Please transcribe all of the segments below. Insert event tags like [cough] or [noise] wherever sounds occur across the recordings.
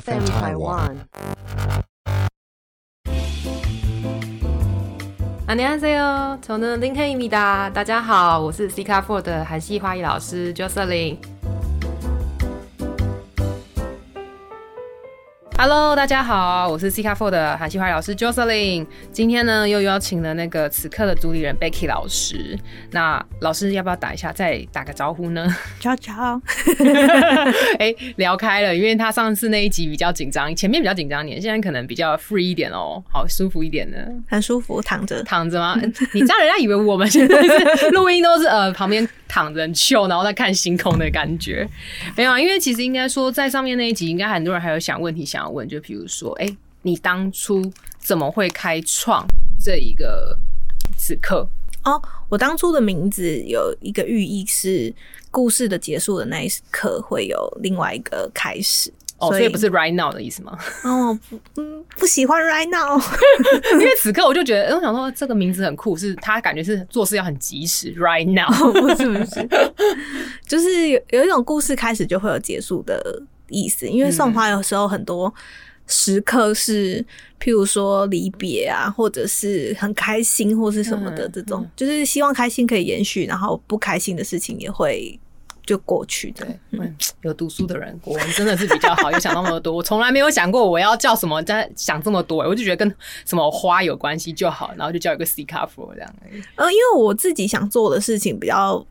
FM Taiwan. 안녕하세요저는링헤입니다大家好，我是 C 卡 Four 的韩系花艺老师 Jocelyn。Hello，大家好，我是 C 卡 Four 的韩系花艺老师 Jocelyn。今天呢，又邀请了那个此刻的主理人 Becky 老师。那老师要不要打一下，再打个招呼呢？ [laughs] 悄悄，哎、聊开了，因为他上次那一集比较紧张，前面比较紧张一点，现在可能比较 free 一点哦，好舒服一点呢。 [laughs] 很舒服，躺着。躺着 [laughs] 吗？你这样人家以为我们现在是录音都是呃旁边躺着很 chill，然后在看星空的感觉。没有啊，因为其实应该说在上面那一集，应该很多人还有想问题想要问，就比如说，哎、你当初怎么会开创这一个此刻？哦，我当初的名字有一个寓意是故事的结束的那一刻会有另外一个开始。哦，所以不是 right now 的意思 [laughs] 吗？哦，不，嗯，不喜欢 right now。因为此刻我就觉得，哎我想说这个名字很酷，是他感觉是做事要很及时，right now。哦不是不是， [laughs] 就是有有一种故事开始就会有结束的意思，因为送花有时候很多时刻是，譬如说离别啊，或者是很开心或是什么的嗯这种，就是希望开心可以延续，然后不开心的事情也会就过去 [laughs] 的。对，嗯，有读书的人，国文真的是比较好，有想那么多。我从来没有想过我要叫什么，在想这么多、欸我就觉得跟什么花有关系就好，然后就叫一个 C 卡 f 这样而已。呃，因为我自己想做的事情比较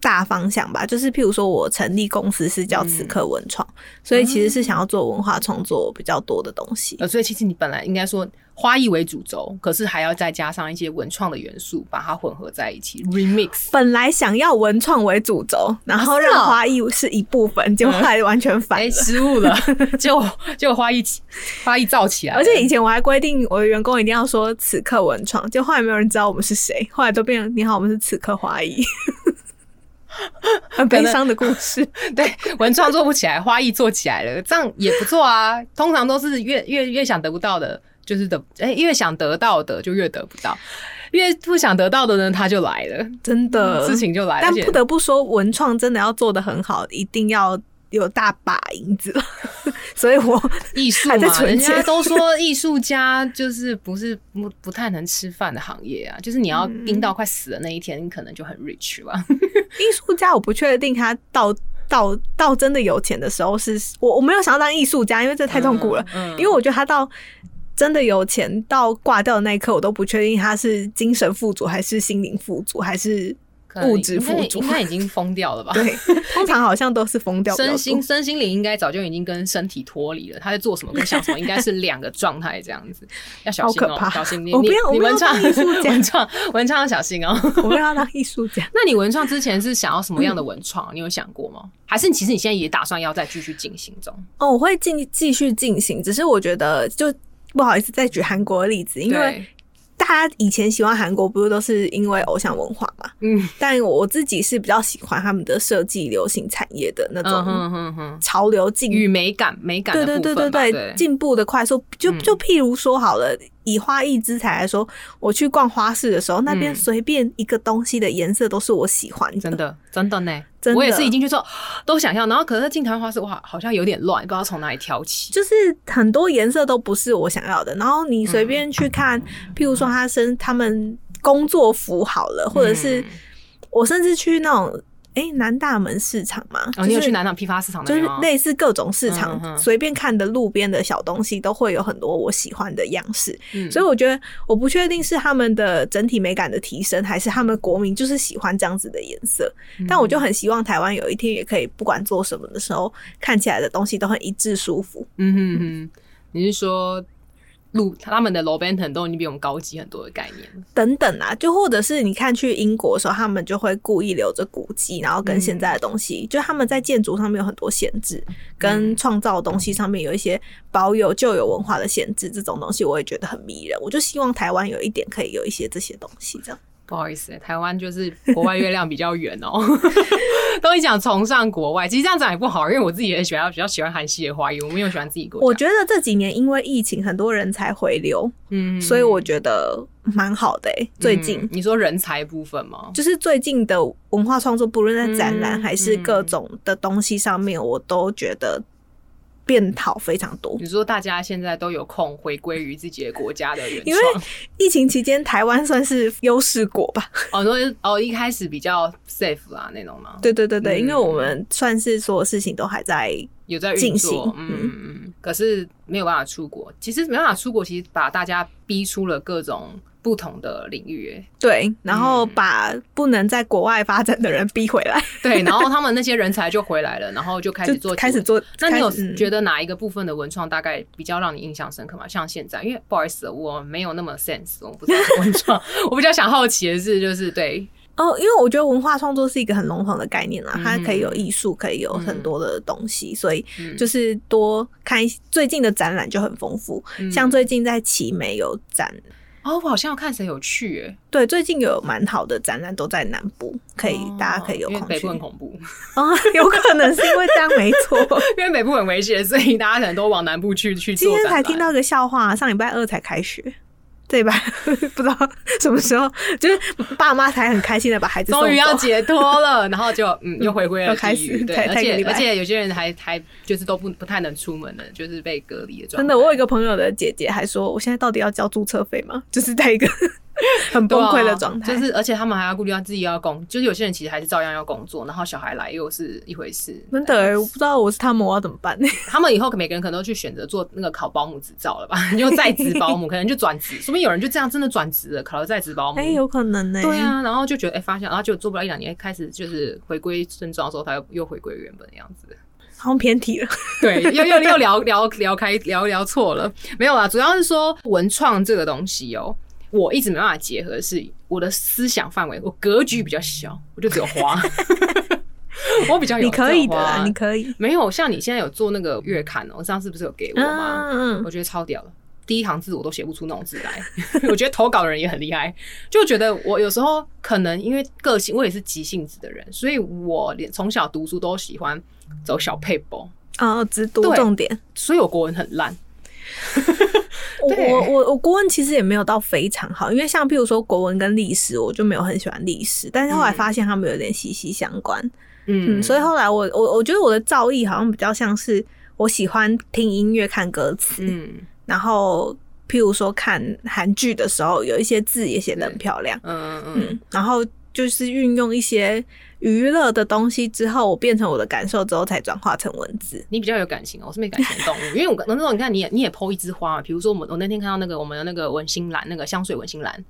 大方向吧，就是譬如说我成立公司是嗯叫此刻文创，所以其实是想要做文化创作比较多的东西。呃，所以其实你本来应该说花艺为主轴，可是还要再加上一些文创的元素，把它混合在一起 remix。本来想要文创为主轴，然后让花艺啊是哦嗯一部分，结果后来完全反哎、了。失误了， [laughs] 就就花艺起花艺造起来了，而且以前我还规定我的员工一定要说此刻文创，就后来没有人知道我们是谁，后来都变成你好，我们是此刻花艺， [laughs] 很悲伤的故事。对，文创做不起来，花艺做起来了，这样也不错啊。通常都是越越越想得不到的，就是得哎、越想得到的就越得不到，越不想得到的呢，他就来了，真的事情就来了。呃但而且不得不说，文创真的要做的很好，一定要有大把银子 [laughs] 了。所以我艺术还在嘛，存人钱家都说艺术家就是不是不不太能吃饭的行业啊，就是你要嗯盯到快死的那一天，你可能就很 rich 吧。艺术家，我不确定他到到到真的有钱的时候是，我我没有想要当艺术家，因为这太痛苦了。嗯，嗯因为我觉得他到真的有钱到挂掉的那一刻，我都不确定他是精神富足还是心灵富足，还是可能物质富应该足应该已经疯掉了吧？ [laughs] [laughs] 对。通常好像都是疯掉比较多身 [laughs] 心身心灵应该早就已经跟身体脱离了，他在做什么跟想什么应该是两个状态这样子，要小心哦、好可怕小心你我你不要你我不要文创当 [laughs] 艺术家文创文创要小心哦、 [laughs] 我们要当艺术家。那你文创之前是想要什么样的文创？你有想过吗？还是其实你现在也打算要再继续进行中？哦，我会进继续进行，只是我觉得就不好意思再举韩国的例子，因为对大家以前喜欢韩国，不是都是因为偶像文化嘛？嗯但我自己是比较喜欢他们的设计、流行产业的那嗯种哼哼哼，潮流进与美感美感的对对部对分对吧对，进步的快速。就嗯就譬如说好了，以花艺之才来说，我去逛花市的时候，那边嗯随便一个东西的颜色都是我喜欢的。真的，真的呢， [laughs] 真的我也是一进去之后都想要，然后可是进台湾花市哇，好像有点乱，不知道从哪里挑起。就是很多颜色都不是我想要的。然后你嗯随便去看，譬如说他身他们工作服好了，或者是嗯我甚至去那种诶南大门市场嘛，哦，你有去南港批发市场那就是边吗？类似各种嗯市嗯场嗯随、便看的路边的小东西，都会有很多我喜欢的样式。嗯所以我觉得我不确定是他们的整体美感的提升，还是他们国民就是喜欢这样子的颜色。嗯但我就很希望台湾有一天也可以，不管做什么的时候，看起来的东西都很一致舒服。嗯哼哼，你是说路他们的 low b a n t o n 都已经比我们高级很多的概念了？等等啊，就或者是你看去英国的时候，他们就会故意留着古迹，然后跟现在的东西，嗯就他们在建筑上面有很多限制，跟创造东西上面有一些保有旧有文化的限制，这种东西我也觉得很迷人。我就希望台湾有一点可以有一些这些东西，这样不好意思、台湾就是国外月亮比较圆 [laughs] 哦、都一讲崇尚国外，其实这样讲也不好，因为我自己也喜欢比较喜欢韩系的花艺，我没有喜欢自己国家。我觉得这几年因为疫情，很多人才回流，嗯所以我觉得蛮好的、欸。最近、嗯你说人才部分吗？就是最近的文化创作，不论在展览嗯还是各种的东西上面，我都觉得变好非常多。你说大家现在都有空回归于自己的国家的原因为创，疫情期间，台湾算是优势国吧？ [laughs] 哦，说哦一开始比较 safe 啦那种嘛，对对对对，嗯因为我们算是所有事情都还在有在运进作行，嗯嗯嗯，可是没有办法出国。其实没办法出国，其实把大家逼出了各种不同的领域， [laughs] 哎对，然后把不能在国外发展的人逼回来，对，然后他们那些人才就回来了，然后就开始做就开始嗯主做。那你有觉得？得哪一个部分的文创大概比较让你印象深刻嗯吗？像现在，因为不好意思，我没有那么 sense，我不知道文创，我比较想好奇的是，就是对，哦，因为我觉得文化创作是一个很笼统的概念啦，啊嗯它可以有艺术，可以有很多的东西，所以嗯就是多看一些最近的展览就很丰富。嗯像最近在奇美有展，哦，我好像有看谁有去、欸，对，最近有蛮好的展览都在南部，可以、哦大家可以有因为空北去部很恐怖， [laughs] 哦，有可能是因为这样没错。因为北部很危险，所以大家可能都往南部去去今做天展才览。听到一个笑话，上礼拜二才开学，对吧？ [laughs] 不知道什么时候，就是爸妈才很开心的把孩子送 [laughs] 终于要走解脱了，然后就嗯，又回归了又开地狱始对，开而开个且礼拜而且有些人还还就是都不不太能出门了，就是被隔离的状态。真的，我有一个朋友的姐姐还说，我现在到底要交租车费吗？ [laughs] 就是在 [laughs] 一个很对崩啊溃的状态、就是而且他们还要顾虑到自己要工，就是有些人其实还是照样要工作，然后小孩来又是一回事。真的、欸，我不知道我是他们，我要怎么 [laughs] 办？他们以后每个人可能都去选择做那个考保姆执照了吧， [laughs] 就在职保 [laughs] 姆，可能就转职，说不定有人就这样真的转职了，考了在职保姆。哎、有可能呢、哦对，啊，然后就觉得哎、发现，然后就做不了一两年，开始就是回归症状的时候，他又又回归原本的样子。好像偏题了。对，又又又聊聊聊开聊聊错了，没有啦，主要是说文创这个东西哦、我一直没办法结合，是我的思想范围，我格局比较小，我就只有 [laughs] 花，我比 [laughs] 较有你可以的只有啦，花你可以。没有像你现在有做那个月刊哦、上次不是有给我吗？嗯我觉得超屌了。第一行字我都写不出那种字来， [laughs] 我觉得投稿的人也很厉害，就觉得我有时候可能因为个性，我也是急性子的人，所以我连从小读书都喜欢走小配博，嗯，哦，只读对重点。所以我国文很烂。我对我我我国文其实也没有到非常好，因为像譬如说国文跟历史，我就没有很喜欢历史，但是后嗯来发现他们有点息息相关，嗯嗯，所以后来我我我觉得我的造诣好像比较像是我喜欢听音乐、看歌词，嗯然后譬如说看韩剧的时候，有一些字也写得很漂亮，嗯嗯嗯，然后就是运用一些娱乐的东西之后，我变成我的感受之后，才转化成文字。你比较有感情哦，我是没感情的动物，因为我那时候你看你也你也剖一枝花嘛，比如说我们我那天看到那个我们的那个文心兰那个香水文心兰，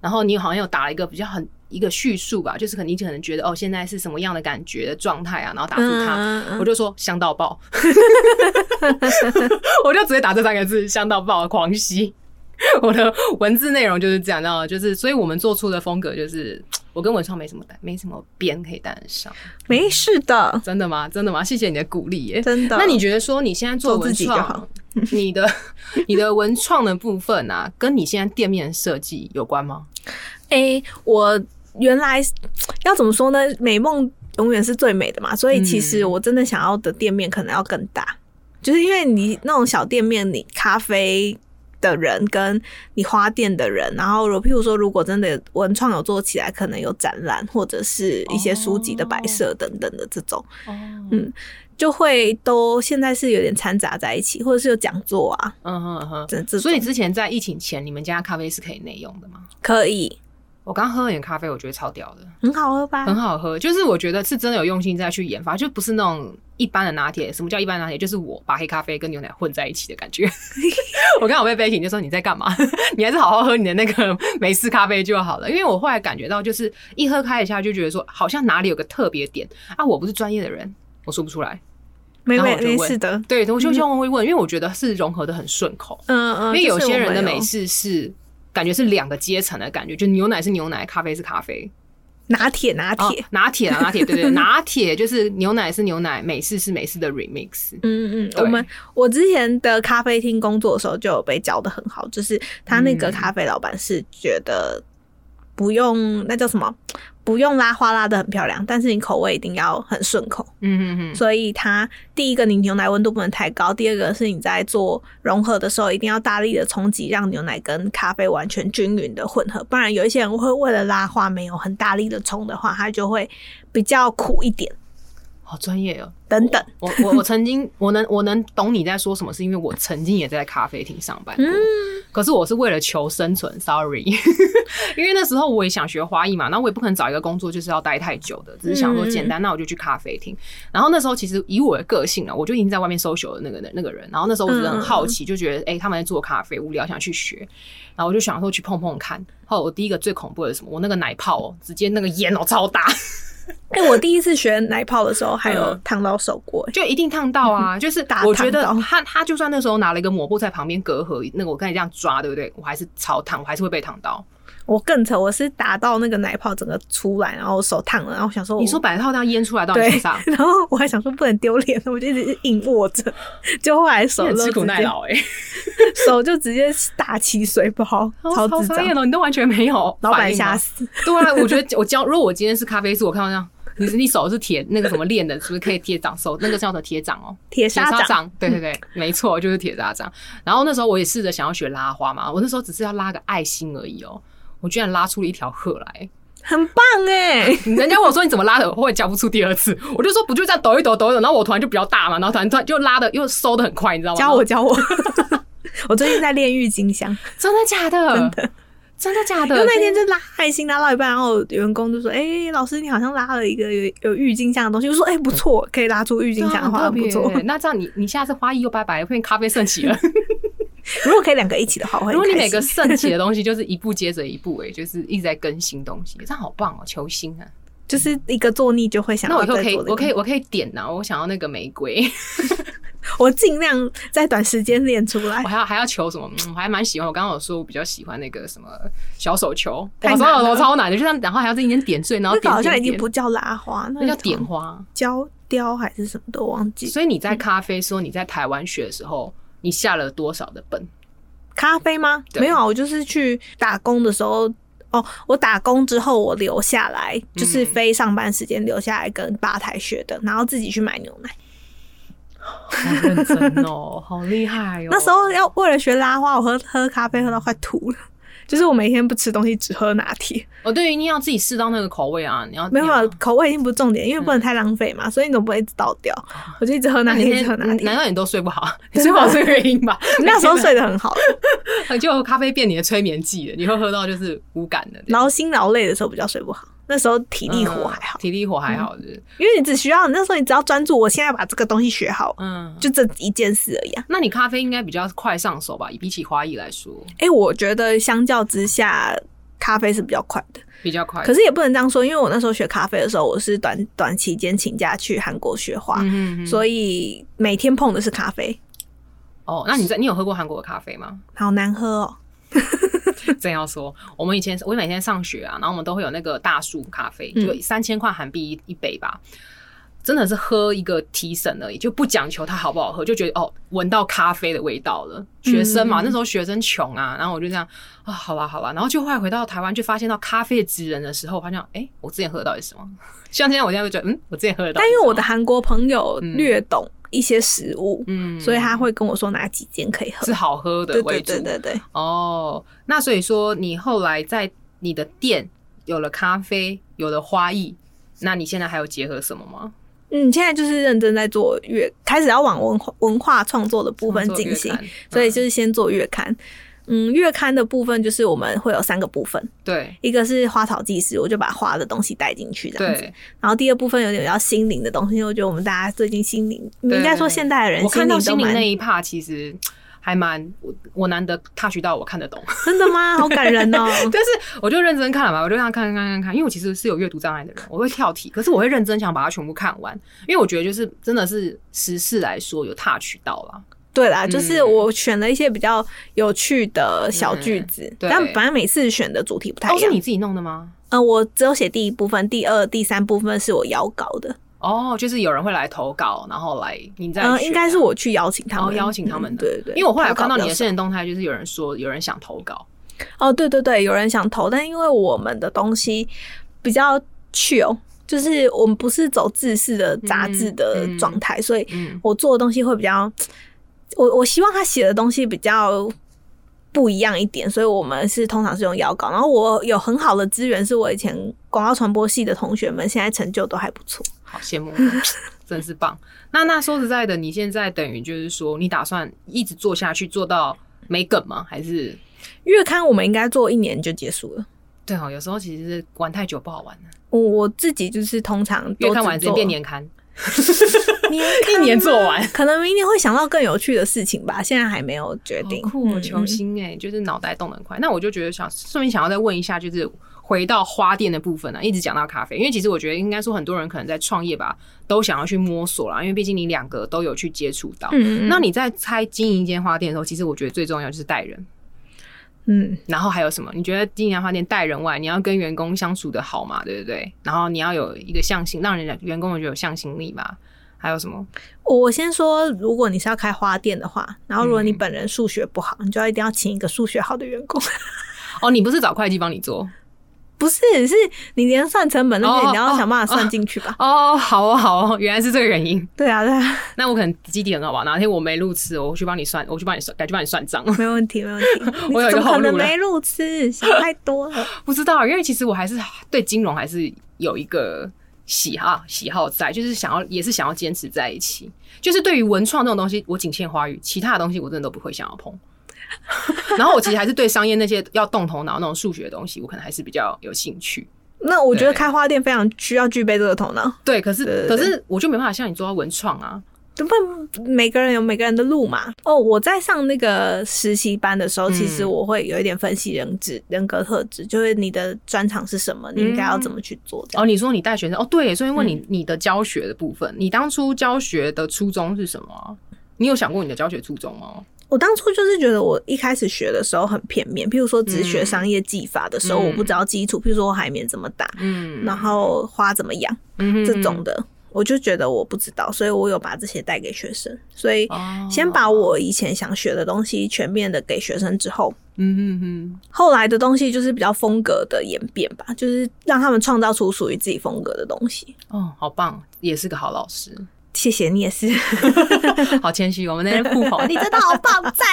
然后你好像有打了一个比较很一个叙述吧，就是可能你可能觉得哦现在是什么样的感觉的状态啊，然后打出它，嗯嗯我就说香到爆， [laughs] 我就直接打这三个字香到爆，狂吸。我的文字内容就是这样，然后就是，所以我们做出的风格就是，我跟文创没什么搭没什么边可以搭得上，没事的，真的吗？真的吗？谢谢你的鼓励耶，真的。那你觉得说你现在做做文自己就创好， [laughs] 你的你的文创的部分啊，跟你现在店面设计有关吗？诶、我原来要怎么说呢？美梦永远是最美的嘛，所以其实嗯我真的想要的店面可能要更大，就是因为你那种小店面，你咖啡。的人跟你花店的人，然后如譬如说，如果真的文创有做起来，可能有展览或者是一些书籍的摆设等等的这种，哦，嗯嗯就会都现在是有点掺杂在一起，或者是有讲座啊，哼嗯哼，这这种所以之前在疫情前，你们家咖啡是可以内用的吗？可以我刚喝了点咖啡，我觉得超屌的，很好喝吧？很好喝。就是我觉得是真的有用心在去研发，就不是那种一般的拿铁。什么叫一般拿铁？就是我把黑咖啡跟牛奶混在一起的感 [laughs] 觉。我刚好被 Becky 就说你在干嘛？ [laughs] 你还是好好喝你的那个美式咖啡就好了。因为我后来感觉到，就是一喝开一下就觉得说，好像哪里有个特别点啊！我不是专业的人，我说不出来。没然后没我就没问事的，对，我就希望会问，因为我觉得是融合的很顺口。嗯嗯，因为有就些是我人们的有美式是感觉是两个阶层的感觉，就牛奶是牛奶，咖啡是咖啡。拿铁拿铁，哦、拿 [laughs] 铁啊，拿铁，对对，对拿铁就是牛奶是牛奶，美式是美式的 remix。嗯嗯，对我们我之前的咖啡厅工作的时候就有被教的很好，就是他那个嗯咖啡老板是觉得不用那叫什么，不用拉花拉的很漂亮，但是你口味一定要很顺口。嗯嗯所以它第一个你牛奶温度不能太高，第二个是你在做融合的时候一定要大力的冲击，让牛奶跟咖啡完全均匀的混合，不然有一些人会为了拉花没有很大力的冲的话，它就会比较苦一点。嗯，好专业哦。等等。我我我曾经我能我能懂你在说什么，是因为我曾经也在咖啡厅上班过。可是我是为了求生存，sorry，因为那时候我也想学花艺嘛，然后我也不可能找一个工作就是要待太久的，只是想说简单，那我就去咖啡厅。然后那时候其实以我的个性啊，我就已经在外面 social 的那个人那个人。然后那时候我只是很好奇，就觉得哎、诶他们在做咖啡，无聊想去学，然后我就想说去碰碰看。后来我第一个最恐怖的是什么？我那个奶泡哦、直接那个烟哦、超大， [laughs] 哎、我第一次学奶泡的时候，还有嗯烫到手过、哎就一定烫到 [laughs] 啊！就是大我觉得烫到他他就算那时候拿了一个抹布在旁边隔阂，那个我刚才这样抓，对不对？我还是超烫，我还是会被烫到。我更扯，我是打到那个奶泡整个出来，然后手烫了，然后我想说我 [laughs] 你说把套这样腌出来到你对手上，，然后我还想说不能丢脸，我就一直硬握着，就后来手你很就吃苦直耐接劳哎、手就直接大起水泡， [laughs] 超超智傻障，眼哦！你都完全没有老反板应吓吗。死。对啊，我觉得我教，如果我今天是咖啡师，我看到这样，你你手是铁那个什么练的，是不是可以贴掌手？那个叫什么铁掌哦。铁铁砂掌， [laughs] 掌，对对对，没错，就是铁砂掌。然后那时候我也试着想要学拉花嘛，我那时候只是要拉个爱心而已哦，我居然拉出了一条鹤来。很棒哎、人家问我 [laughs] 说你怎么拉的，我也讲不出第二次，我就说不就这样抖一抖抖一抖，然后我突然就比较大嘛，然后突然突然就拉的又收的很快，你知道吗？教我教我， [laughs] 我最近在练郁金香，真的假的？真的假的？就那天就拉爱心拉到一半，然后员工就说：“哎、老师你好像拉了一个有有郁金香的东西。”我说：“哎、不错，可以拉出郁金香对的啊话很特不别错。欸那这样你你下次花艺又拜拜，变咖啡圣起了。 [laughs] 如果可以两个一起的话，我会如果你很开每个心圣起的东西就是一步接着一步、欸，就是一直在更新东西，这样好棒哦、球星啊！就是一个做腻就会想那我要以后再可以，做、我可以，，我可以点呐、我想要那个玫瑰，我尽量在短时间练出来我。还要还要求什么？嗯我还蛮喜欢。我刚刚有说我比较喜欢那个什么小手球，太小手难了球超难的，就像然后还要在一点点缀，然后那个点好像已点经点不，叫拉花，那那叫个点花。嗯胶雕还是什么都忘记。所以你在咖啡说你在台湾学的时候，你下了多少的本？咖啡吗？对没有啊，我就是去打工的时候。哦，我打工之后我留下来，嗯就是非上班时间留下来跟吧台学的，然后自己去买牛奶。 [laughs] 好认真哦，好厉害哦！那时候要为了学拉花，我喝喝咖啡喝到快吐了，就是我每天不吃东西，只喝拿铁。哦，对，你要自己试到那个口味啊，你要没有你要啊，口味已经不是重点，因为不能太浪费嘛，所以你总不会一直倒掉。我就一直喝拿那你铁，一直喝那拿天难铁。道你都睡不好？ [laughs] 你睡真的不好是个原因吧？啊 [laughs] 那时候睡得很好，就咖啡变 [laughs] 你的催眠剂了，你会喝到就是无感的。嗯劳心劳累的时候比较睡不好，那时候体力活还好嗯，体力活还好是因为你只需要那时候你只要专注，我现在把这个东西学好，嗯，就就这一件事而已啊。那你咖啡应该比较快上手吧？比起花艺来说，哎、我觉得相较之下，咖啡是比较快的。比较快。可是，是也不能这样说，因为我那时候学咖啡的时候，我是短短期间请假去韩国学画，嗯嗯嗯所以每天碰的是咖啡，哦，那你在你有喝过韩国的咖啡吗？好难喝哦。真要说，我们以前我每天上学啊，然后我们都会有那个大树咖啡，嗯就三千块韩币一一杯吧。真的是喝一个提神而已，就不讲求它好不好喝，就觉得哦，闻到咖啡的味道了。学生嘛，嗯那时候学生穷啊，然后我就这样啊，好啦好啦，然后就后来回到台湾，就发现到咖啡的职人的时候，我发现哎、诶我之前喝的到底是什么？ [laughs] 像现在我现在会觉得，嗯，我之前喝的到底但是什因为么，我的韩国朋友嗯略懂一些食物，嗯所以他会跟我说哪几间可以喝是。好喝的对为对主，对对对，哦，那所以说你后来在你的店有了咖啡，有了花艺，那你现在还有结合什么吗？嗯，现在就是认真在做乐，开始要往文化文化创作的部分创作进乐行坛，所以嗯就是先做月刊。嗯，月刊的部分就是我们会有三个部分，对一个是花草纪事，我就把花的东西带进去这样子。对，然后第二部分有点比较心灵的东西，因为我觉得我们大家最近心灵，应该说现代人我看到心心灵灵都那蛮一帕其实。还蛮我我难得 touch 到我看得懂， [laughs] 真的 [laughs] 吗？好感人哦！但是我就认真看了嘛，我就让看看看看看，因为我其实是有阅读障碍的人，我会跳题，可是我会认真想把它全部看完，因为我觉得就是真的是时事来说有 touch 到啦，对啦，就是嗯我选了一些比较有趣的小句子，嗯对但反正每次选的主题不太哦，一是样。你自己弄的吗？嗯、我只有写第一部分，第二、第三部分是我邀稿的。哦，就是有人会来投稿，然后来你再嗯、选应该这是样我去邀请他然们，后邀请他们嗯的。对对对，因为我后来有看到你的投稿现实动态，就是有人说有人想投稿，比较少哦，对对对，有人想投，但因为我们的东西比较 chill，就是我们不是走制式的杂志的嗯嗯状态，所以嗯，我做的东西会比较，我我希望他写的东西比较不一样一点，所以我们是通常是用邀稿。然后我有很好的资源，是我以前广告传播系的同学们现在成就都还不错。好羡慕， [laughs] 真是棒。那那说实在的，你现在等于就是说，你打算一直做下去，做到没梗吗？还是月刊我们应该做一年就结束了。对哦，有时候其实是玩太久不好玩了。我我自己就是通常都月刊只完直接做啊变年刊， [laughs] 年一刊年吗做 [laughs] 完。可能明年会想到更有趣的事情吧，现在还没有决定。好酷哦，嗯球星哎、就是脑袋动得很快。那我就觉得想顺便想要再问一下，就是回到花店的部分啊，一直讲到咖啡，因为其实我觉得应该说很多人可能在创业吧，都想要去摸索啦，因为毕竟你两个都有去接触到。嗯，那你在猜经营一间花店的时候，其实我觉得最重要就是带人，嗯，然后还有什么？你觉得经营一家花店带人外，你要跟员工相处的好嘛，对不对？然后你要有一个向心，让人家员工觉得有向心力嘛。还有什么？我先说，如果你是要开花店的话，然后如果你嗯本人数学不好，你就要一定要请一个数学好的员工。 [laughs] 哦，你不是找会计帮你做？不是，是你连算成本那些，哦你要想办法哦算进去吧。哦，好哦，好哦，原来是这个原因。 [laughs] 对啊，对啊， [laughs] 那我可能基底很好吧，啊哪天我没路吃，我去帮你算，我去帮你算，改去帮你算账。没问题，没问题。[laughs] 你我有一个怎么后可路了能没路吃，想太多了。不知道，因为其实我还是对金融还是有一个喜好喜好在，就是想要也是想要坚持在一起。就是对于文创这种东西，我仅限花语，其他的东西我真的都不会想要碰。 [laughs] 然后我其实还是对商业那些要动头脑那种数学的东西，我可能还是比较有兴趣。那我觉得对开花店非常需要具备这个头脑。对，可是对对可对是我就没办法像你做到文创啊。怎么办？每个人有每个人的路嘛。哦，我在上那个实习班的时候，嗯其实我会有一点分析人质、人格特质，就是你的专长是什么，你应该要怎么去做。这样哦，你说你带学生哦，对，所以问你、你的教学的部分，你当初教学的初衷是什么啊？你有想过你的教学初衷吗？我当初就是觉得我一开始学的时候很片面，譬如说只学商业技法的时候，嗯我不知道基础，譬如说我海绵怎么打，嗯然后花怎么养这种的，的，我就觉得我不知道，所以我有把这些带给学生，所以。哦先把我以前想学的东西全面的给学生之后，嗯嗯后来的东西就是比较风格的演变吧，就是让他们创造出属于自己风格的东西。嗯，哦，好棒，也是个好老师，谢谢你也是，好谦虚。我们那天互 [laughs] 捧，你真的好棒，赞！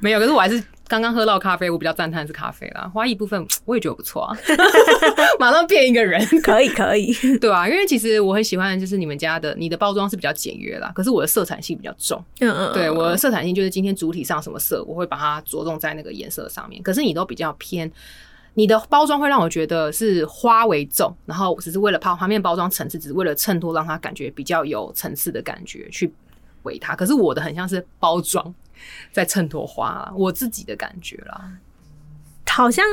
没有，可是我还是刚刚喝到咖啡，我比较赞叹是咖啡啦。花艺部分我也觉得不错啊，马上变一个人，可以可以， [laughs] 对啊，因为其实我很喜欢，就是你们家的你的包装是比较简约啦，可是我的色彩性比较重。嗯嗯，对我的色彩性就是今天主体上什么色，我会把它着重在那个颜色上面。可是你都比较偏，你的包装会让我觉得是花为重，然后只是为了怕旁边包装层次，只是为了衬托让它感觉比较有层次的感觉去围它。可是我的很像是包装在衬托花、啊，我自己的感觉啦。好像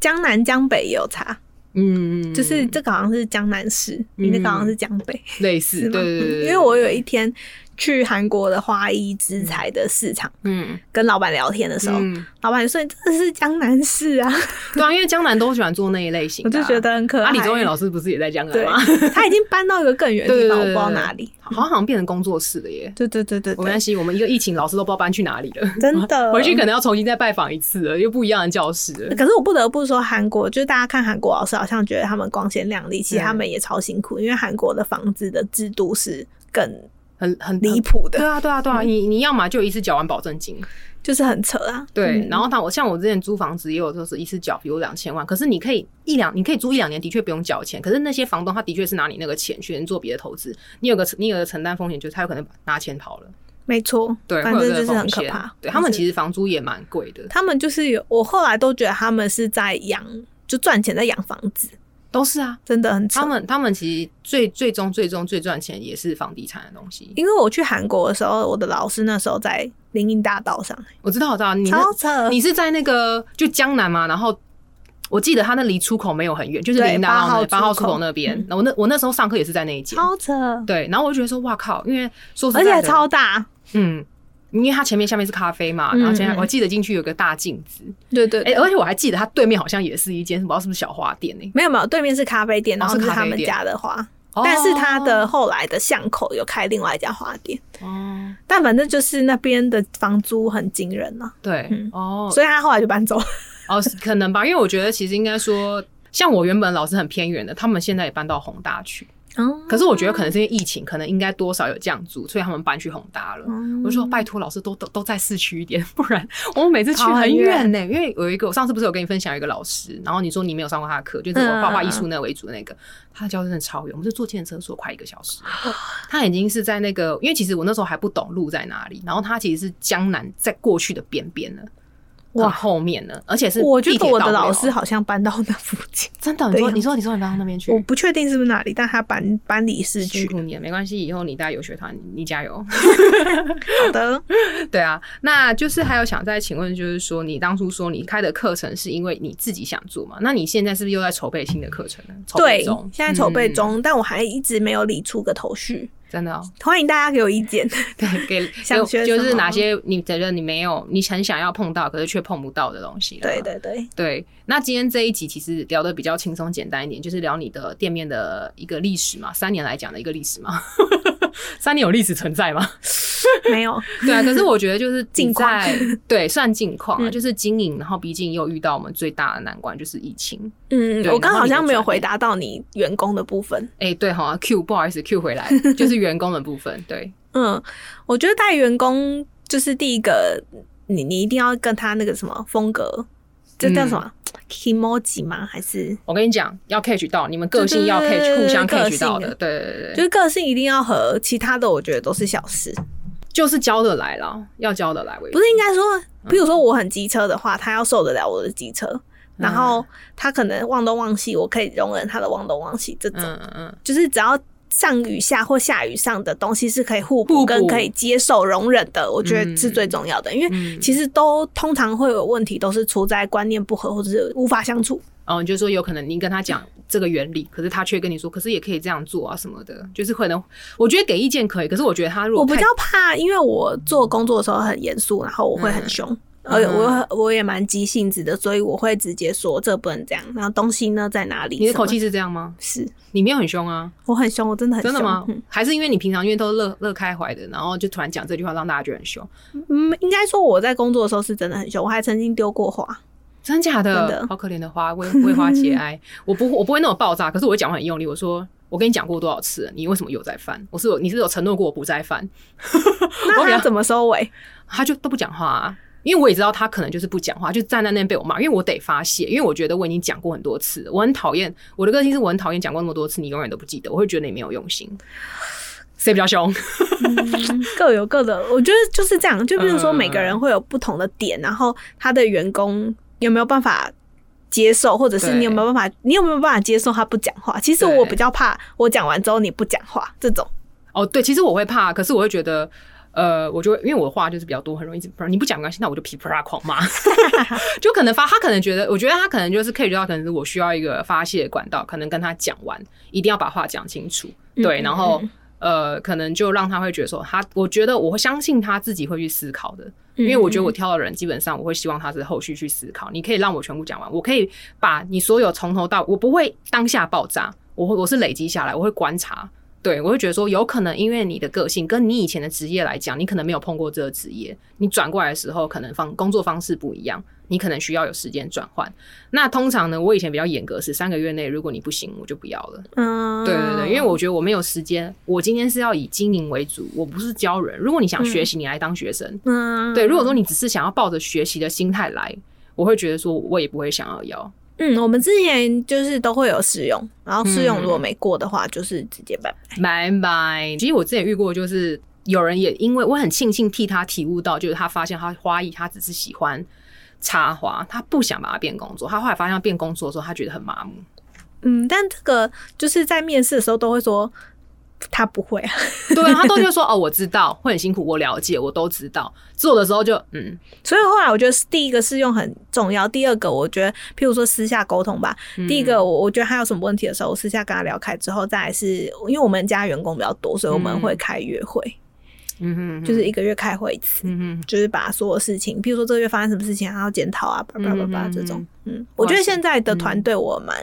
江南江北也有差，嗯，就是这个好像是江南市，你那个好像是江北，类似， [laughs] 是对吗？对对嗯对，因为我有一天去韩国的花艺之材的市场，嗯跟老板聊天的时候，嗯，老板就说你真的是江南市啊，对啊，因为江南都喜欢做那一类型的我啊、就觉得很可爱。啊，李宗元老师不是也在江南对吗？， [laughs] 他已经搬到一个更远的地方，我不知道哪里。好像好像变成工作室了耶。对对对对 [laughs] 没关对，系，我们一个疫情，老师都不知道搬去哪里 [laughs] 了，真的回去可能要重新再拜访一次了，又不一样的教室了。可是我不得不说，韩国就是大家看韩国老师好像觉得他们光鲜亮丽，其实嗯他们也超辛苦，因为韩国的房子的制度是更很很离。谱嗯对的，啊，对啊，对啊，你你要嘛就一次缴完保证金，就是很扯啊。对。嗯然后他我像我之前租房子也有，就是一次缴，比如两千万，可是你可以一两，你可以租一两年，的确不用缴钱。可是那些房东他的确是拿你那个钱去做别的投资，你有个你有个承担风险，就是他有可能拿钱跑了，没错，对，反会正有这就是个很风可险怕。。对他们其实实房租也蛮贵的，他们就是有，我后来都觉得他们是在养，就赚钱在养房子，都是啊。真的很扯他。们他们其实最最终最终最赚钱也是房地产的东西，因为我去韩国的时候，我的老师那时候在林荫大道上，我知道，我知道，你那超扯，你是在那个就江南嘛，然后我记得他那离出口没有很远，就是对林大道那八八号号出出口嗯口那边。然后我那我那时候上课也是在那一间，超扯，对，然后我就觉得说哇靠，因为说实而在的，且超大，嗯。因为它前面下面是咖啡嘛，嗯然后前面嗯我记得进去有个大镜子，对对哎、对。而且我还记得它对面好像也是一间，不知道是不是小花店呢、没有没有，对面是咖啡店，然哦后是是咖啡他们店哦家的花，哦但是它的后来的巷口有开另外一家花店，哦，但反正就是那边的房租很惊人啊，对，嗯哦，所以他后来就搬走了。哦，是可能吧，因为我觉得其实应该说，像我原本老师很偏远的，他们现在也搬到宏大去，哦可是我觉得可能是因为疫情，可能应该多少有降租，所以他们搬去宏大哦了。我就说拜托老师都都都在市区一点，不然我们每次去跑很很远远呢、因为有一个我上次不是有跟你分享一个老师，然后你说你没有上过他的课，就是我画画艺术那为主那个，他的教真的超远， [gasps] 我们是坐电车坐快一个小时。他已经是在那个，因为其实我那时候还不懂路在哪里，然后他其实是江南在过去的边边了。哇哇，后面呢？而且是我觉地得铁我的到不老了师好像搬到那附近，真的，的你说样你说你说你搬到那边去，我不确定是不是哪里，但他搬搬离市辛区。苦你了，没关系，以后你带有学团，你你加油。好的，对啊，那就是还有想再请问，就是说你当初说你开的课程是因为你自己想做嘛？那你现在是不是又在筹备新的课程呢？筹备对中，，现在筹备嗯、中，但我还一直没有理出个头绪。真的、哦、 [laughs] 欢迎大家给我意 [laughs] 见。对，给想给学就什是么哪些你觉得你没有，你很想要碰到，可是却碰不到的东西啦。对对对，对，那今天这一集其实聊的比较轻松简单一点，就是聊你的店面的一个历史嘛，三年来讲的一个历史嘛。 [laughs] 三年有历史存在吗？没有， [laughs] 对啊，可是我觉得就是你近况 [laughs] 在，对，算近况啊，嗯就是经营，然后毕竟又遇到我们最大的难关就是疫情。嗯，对我然刚后好你的像没有专业回答到你员工的部分。哎、对哈，Q 不好意思，Q 回来就是员工的部分，对，嗯，我觉得带员工就是第一个，你你一定要跟他那个什么风格，这嗯叫什么、k i m o j i 吗？还是我跟你讲，要 catch 到你们个性要对 catch，对对互相个 catch 性啊到的，对对对就对，是个性一定要合，其他的我觉得都是小事。就是交得来啦，要交得来为主不是应该说，嗯比如说我很机车的话，他要受得了我的机车，然嗯后他可能忘东忘西，我可以容忍他的忘东忘西。这种、嗯嗯嗯，就是只要上与下或下与上的东西是可以互互补补跟可以接受容忍的，我觉得是最重要的。因为嗯其实都通常会有问题，都是出在观念不合或者是无法相处。哦，你就说有可能您跟他讲这个原理，可是他却跟你说，可是也可以这样做啊什么的，就是可能我觉得给意见可以，可是我觉得他如果我比太较怕，因为我做工作的时候很严肃，然后我会嗯很凶。而且我我也蛮急性子的，所以我会直接说这不能这样。然后东西呢在哪里？你的口什么气是这样吗？是你没有很凶啊，我很凶，我真的很凶。真的吗嗯？还是因为你平常因为都乐乐开怀的，然后就突然讲这句话，让大家觉得很凶，嗯，应该说我在工作的时候是真的很凶，我还曾经丢过花。真假的？真的好可怜的花，为为花节 [laughs] 哀。我不我不会那种爆炸，可是我会讲话很用力。我说我跟你讲过多少次了，你为什么又在犯？我是有你是有承诺过我不再犯，哦那他怎么收尾？他就都不讲话、啊。因为我也知道他可能就是不讲话，就站在那边被我骂，因为我得发泄，因为我觉得我已经讲过很多次了，我很讨厌我的个性是我很讨厌讲过那么多次，你永远都不记得，我会觉得你没有用心。谁比较凶？嗯各有各的，我觉得就是这样。就比如说，嗯每个人会有不同的点，然后他的员工有没有办法接受，或者是对你有没有办法，你有没有办法接受他不讲话？其实对我比较怕我讲完之后你不讲话这种。哦，对，其实我会怕，可是我会觉得，呃，我就会因为我话就是比较多，很容易一直你不讲没关系，那我就噼啪啦狂骂， [laughs] 就可能发他可能觉得，我觉得他可能就是 catch 到，可能是我需要一个发泄的管道，可能跟他讲完，一定要把话讲清楚，对，嗯然后。呃，可能就让他会觉得说，他我觉得我会相信他自己会去思考的，因为我觉得我挑的人基本上我会希望他是后续去思考。你可以让我全部讲完，我可以把你所有从头到我不会当下爆炸，我会我是累积下来，我会观察。对，我会觉得说，有可能因为你的个性跟你以前的职业来讲，你可能没有碰过这个职业，你转过来的时候，可能方工作方式不一样，你可能需要有时间转换。那通常呢，我以前比较严格是三个月内，如果你不行，我就不要了。嗯，对对对，因为我觉得我没有时间，我今天是要以经营为主，我不是教人。如果你想学习，你来当学生。嗯，对，如果说你只是想要抱着学习的心态来，我会觉得说，我也不会想要要。嗯，我们之前就是都会有试用，然后试用嗯如果没过的话，就是直接拜拜。拜拜。其实我之前遇过，就是有人也因为我很庆幸替他体悟到，就是他发现他花艺，他只是喜欢插花，他不想把它变工作。他后来发现他变工作的时候，他觉得很麻木。嗯，但这个就是在面试的时候都会说他不会啊， [laughs] 对啊，他都就说 [laughs] 哦，我知道会很辛苦，我了解，我都知道。做的时候就嗯，所以后来我觉得第一个试用很重要，第二个我觉得，譬如说私下沟通吧。嗯第一个我我觉得他有什么问题的时候，我私下跟他聊开之后，再来是因为我们家员工比较多，所以我们嗯会开约会，嗯哼哼，就是一个月开会一次。嗯哼。就是把所有事情，譬如说这个月发生什么事情，然后检讨啊，叭叭叭叭嗯嗯嗯这种。嗯，哇我觉得现在的团队我蛮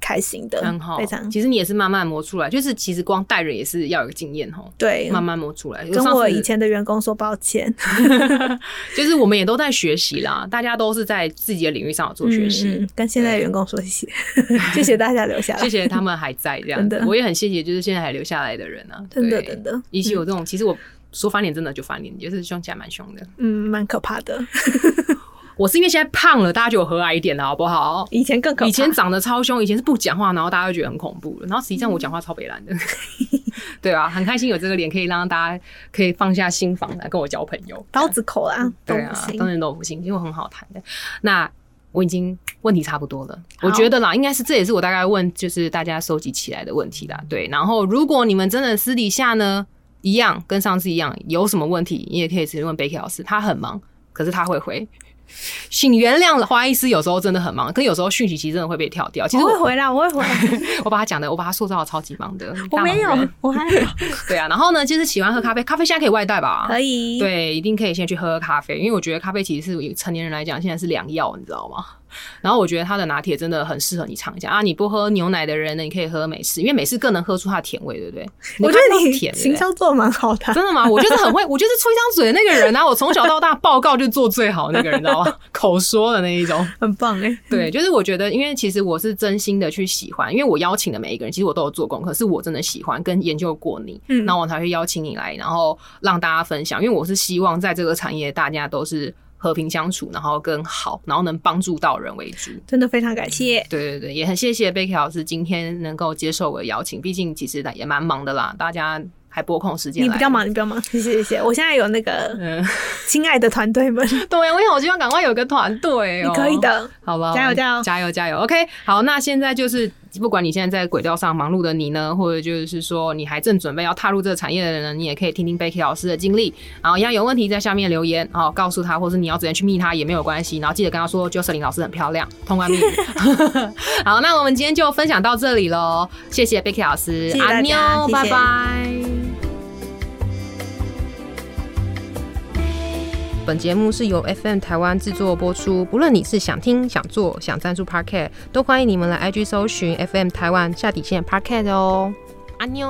开心的，很好非常。其实你也是慢慢磨出来，就是其实光带人也是要有经验哦，对，慢慢磨出来。嗯跟上我次以前的员工说抱歉，就是我们也都在学习啦，大家都是在自己的领域上有做学习。嗯嗯跟现在的员工说谢 [laughs] 谢，谢谢大家留下来，谢谢他们还在这样子真，的我也很谢谢就是现在还留下来的人啊，真的对真的，嗯以及有这种，其实我说翻脸真的就翻脸，也是凶起来蛮凶的。嗯，蛮可怕的，我是因为现在胖了，大家就有和蔼一点了，好不好？以前更可怕，以前长得超凶，以前是不讲话，然后大家就觉得很恐怖了。然后实际上嗯我讲话超北蓝的， [laughs] 对啊，很开心有这个脸，可以让大家可以放下心防来跟我交朋友。刀子口啦，都对不啊，行当，然都不行，因为我很好谈的。那我已经问题差不多了，好我觉得啦，应该是这也是我大概问，就是大家收集起来的问题啦。对，然后如果你们真的私底下呢，一样跟上次一样，有什么问题，你也可以直接问 Becky 老师，他很忙，可是他会回。请原谅花艺师有时候真的很忙，可有时候讯息其实真的会被跳掉。其实我我会回来，我会回来， [laughs] 我把他讲的，我把他塑造的超级忙的，我大忙没有人，我还好，对啊。然后呢，就是喜欢喝咖啡，咖啡现在可以外带吧？可以，对，一定可以先去喝喝咖啡，因为我觉得咖啡其实是成年人来讲现在是良药，你知道吗？然后我觉得它的拿铁真的很适合你尝一下啊！你不喝牛奶的人呢，你可以喝美式，因为美式更能喝出它的甜味，对不对？你我的觉咖得啡你都甜，对行不对销做得蛮好的，真的吗？我就是很会，我就是出一张嘴的那个人啊！我从小到大报告就做最好的那个人，你知道吗？ [laughs] 口说的那一种。很棒哎、对，就是我觉得，因为其实我是真心的去喜欢，因为我邀请的每一个人，其实我都有做功课，是我真的喜欢跟研究过你，嗯然后我才会邀请你来，然后让大家分享，因为我是希望在这个产业大家都是和平相处，然后更好，然后能帮助到人为主。真的非常感谢，对对对，也很谢谢贝 e 老师今天能够接受我的邀请，毕竟其实也蛮忙的啦，大家还拨空时间你来。不要忙，你不要忙，谢谢谢谢，我现在有那个嗯，亲爱的团 [laughs] 队们，你 [laughs] 对，啊我也好希望赶快有个团队哦。可以的，好吧，加油加油加油加油！OK，好，那现在就是不管你现在在轨道上忙碌的你呢，或者就是说你还正准备要踏入这个产业的人呢，你也可以听听 Becky 老师的经历，然后一样有问题在下面留言哦，告诉他，或是你要直接去密他也没有关系，然后记得跟他说 j o s e l y n 老师很漂亮，通 [laughs] 关密语。好，那我们今天就分享到这里喽，谢谢 Becky 老师，谢谢大家安妞谢谢拜拜。本节目是由 FM 台湾制作播出。不论你是想听、想做、想赞助 Parket，都欢迎你们来 IG 搜寻 FM 台湾下底线 Parket 哦。安妞。